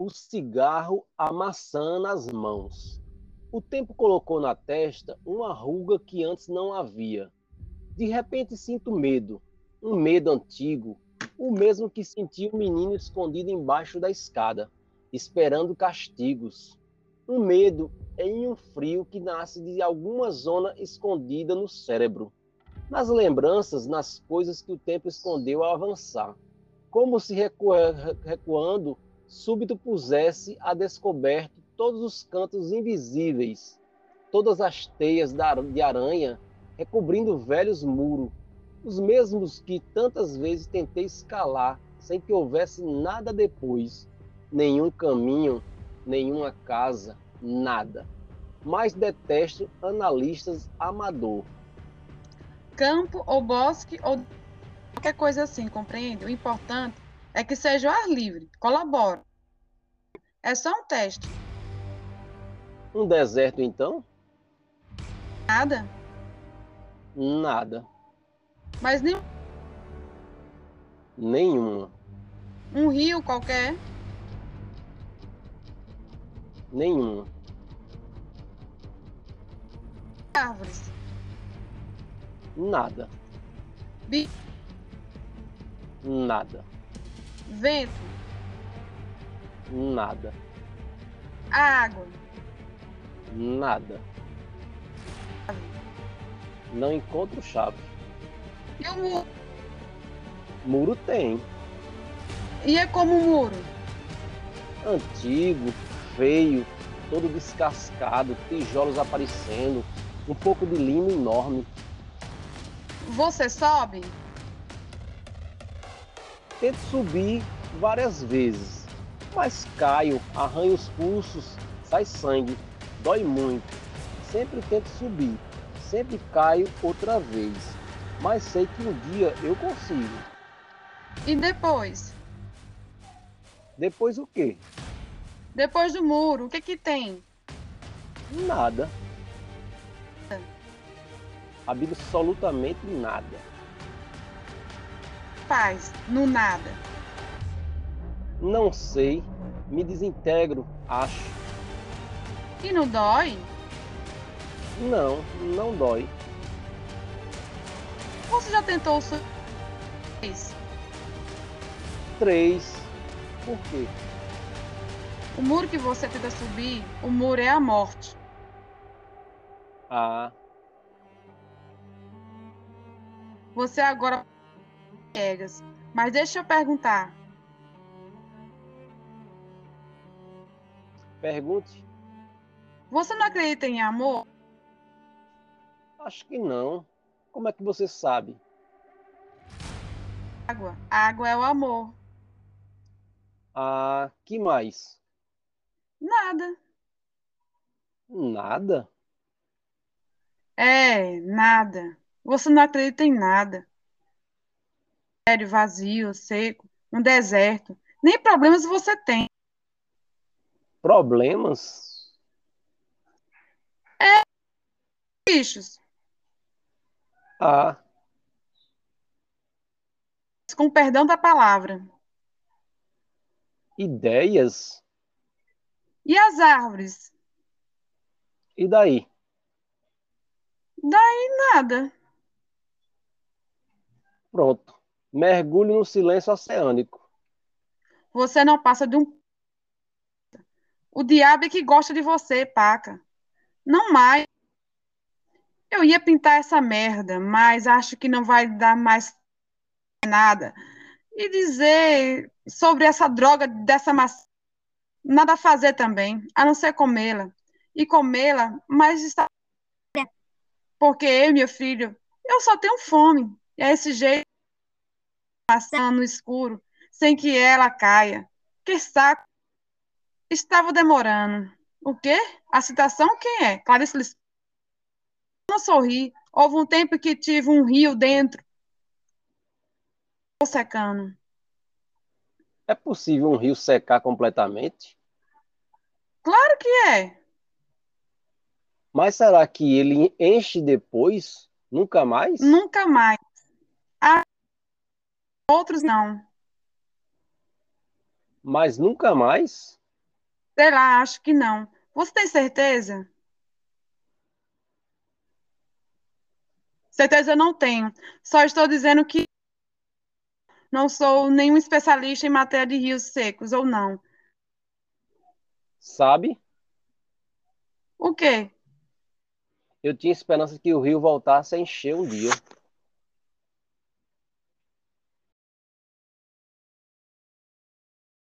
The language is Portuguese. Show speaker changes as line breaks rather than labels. o cigarro à maçã nas mãos. O tempo colocou na testa uma ruga que antes não havia. De repente sinto medo, um medo antigo, o mesmo que senti o menino escondido embaixo da escada, esperando castigos. Um medo em um frio que nasce de alguma zona escondida no cérebro, nas lembranças, nas coisas que o tempo escondeu ao avançar, como se recu recuando, súbito pusesse a descoberto todos os cantos invisíveis, todas as teias de aranha recobrindo velhos muros, os mesmos que tantas vezes tentei escalar sem que houvesse nada depois, nenhum caminho, nenhuma casa, nada. Mas detesto analistas amador.
Campo ou bosque ou qualquer coisa assim, compreende? O importante é que seja o ar livre, colabora. É só um teste.
Um deserto, então?
Nada.
Nada.
Mas nem
nenhuma.
um rio qualquer.
Nenhuma.
Árvores.
Nada.
Bi-
Nada.
Vento.
Nada.
Água.
Nada. Não encontro chave.
E o muro.
Muro tem.
E é como um muro.
Antigo, feio, todo descascado, tijolos aparecendo, um pouco de limo enorme.
Você sobe?
Tento subir várias vezes, mas caio, arranho os pulsos, sai sangue, dói muito. Sempre tento subir, sempre caio outra vez, mas sei que um dia eu consigo.
E depois?
Depois o quê?
Depois do muro, o que que tem?
Nada. Absolutamente nada.
Paz. No nada.
Não sei, me desintegro, acho.
E não dói?
Não, não dói.
Você já tentou su... Isso.
Três. Por quê?
O muro que você tenta subir, o muro é a morte.
Ah,
Você agora pegas. Mas deixa eu perguntar.
pergunte.
Você não acredita em amor?
Acho que não. Como é que você sabe?
Água. Água é o amor.
Ah, que mais?
Nada.
Nada?
É, nada. Você não acredita em nada. Sério, vazio, seco, no deserto. Nem problemas você tem.
Problemas?
Bichos,
Ah,
com perdão da palavra.
ideias?
E as árvores?
E daí?
Nada.
Pronto. Mergulho no silêncio oceânico.
Você não passa de um. O diabo é que gosta de você, paca. Não mais. Eu ia pintar essa merda, mas acho que não vai dar mais nada. E dizer sobre essa droga dessa maçã. Nada a fazer também, a não ser comê-la. E comê-la, mas está. Porque eu, meu filho, eu só tenho fome. E é esse jeito. Maçã no escuro sem que ela caia. Que saco! Estava demorando. O quê? A citação quem é? Clarice Lispector. Não sorri. Houve um tempo que tive um rio dentro. Tô secando.
É possível um rio secar completamente?
Claro que é.
Mas será que ele enche depois? Nunca mais?
Nunca mais. Ah, outros não.
Mas nunca mais?
Sei lá, acho que não. Você tem certeza? Certeza eu não tenho. Só estou dizendo que não sou nenhum especialista em matéria de rios secos, ou não.
Sabe?
O quê?
Eu tinha esperança que o rio voltasse a encher um dia.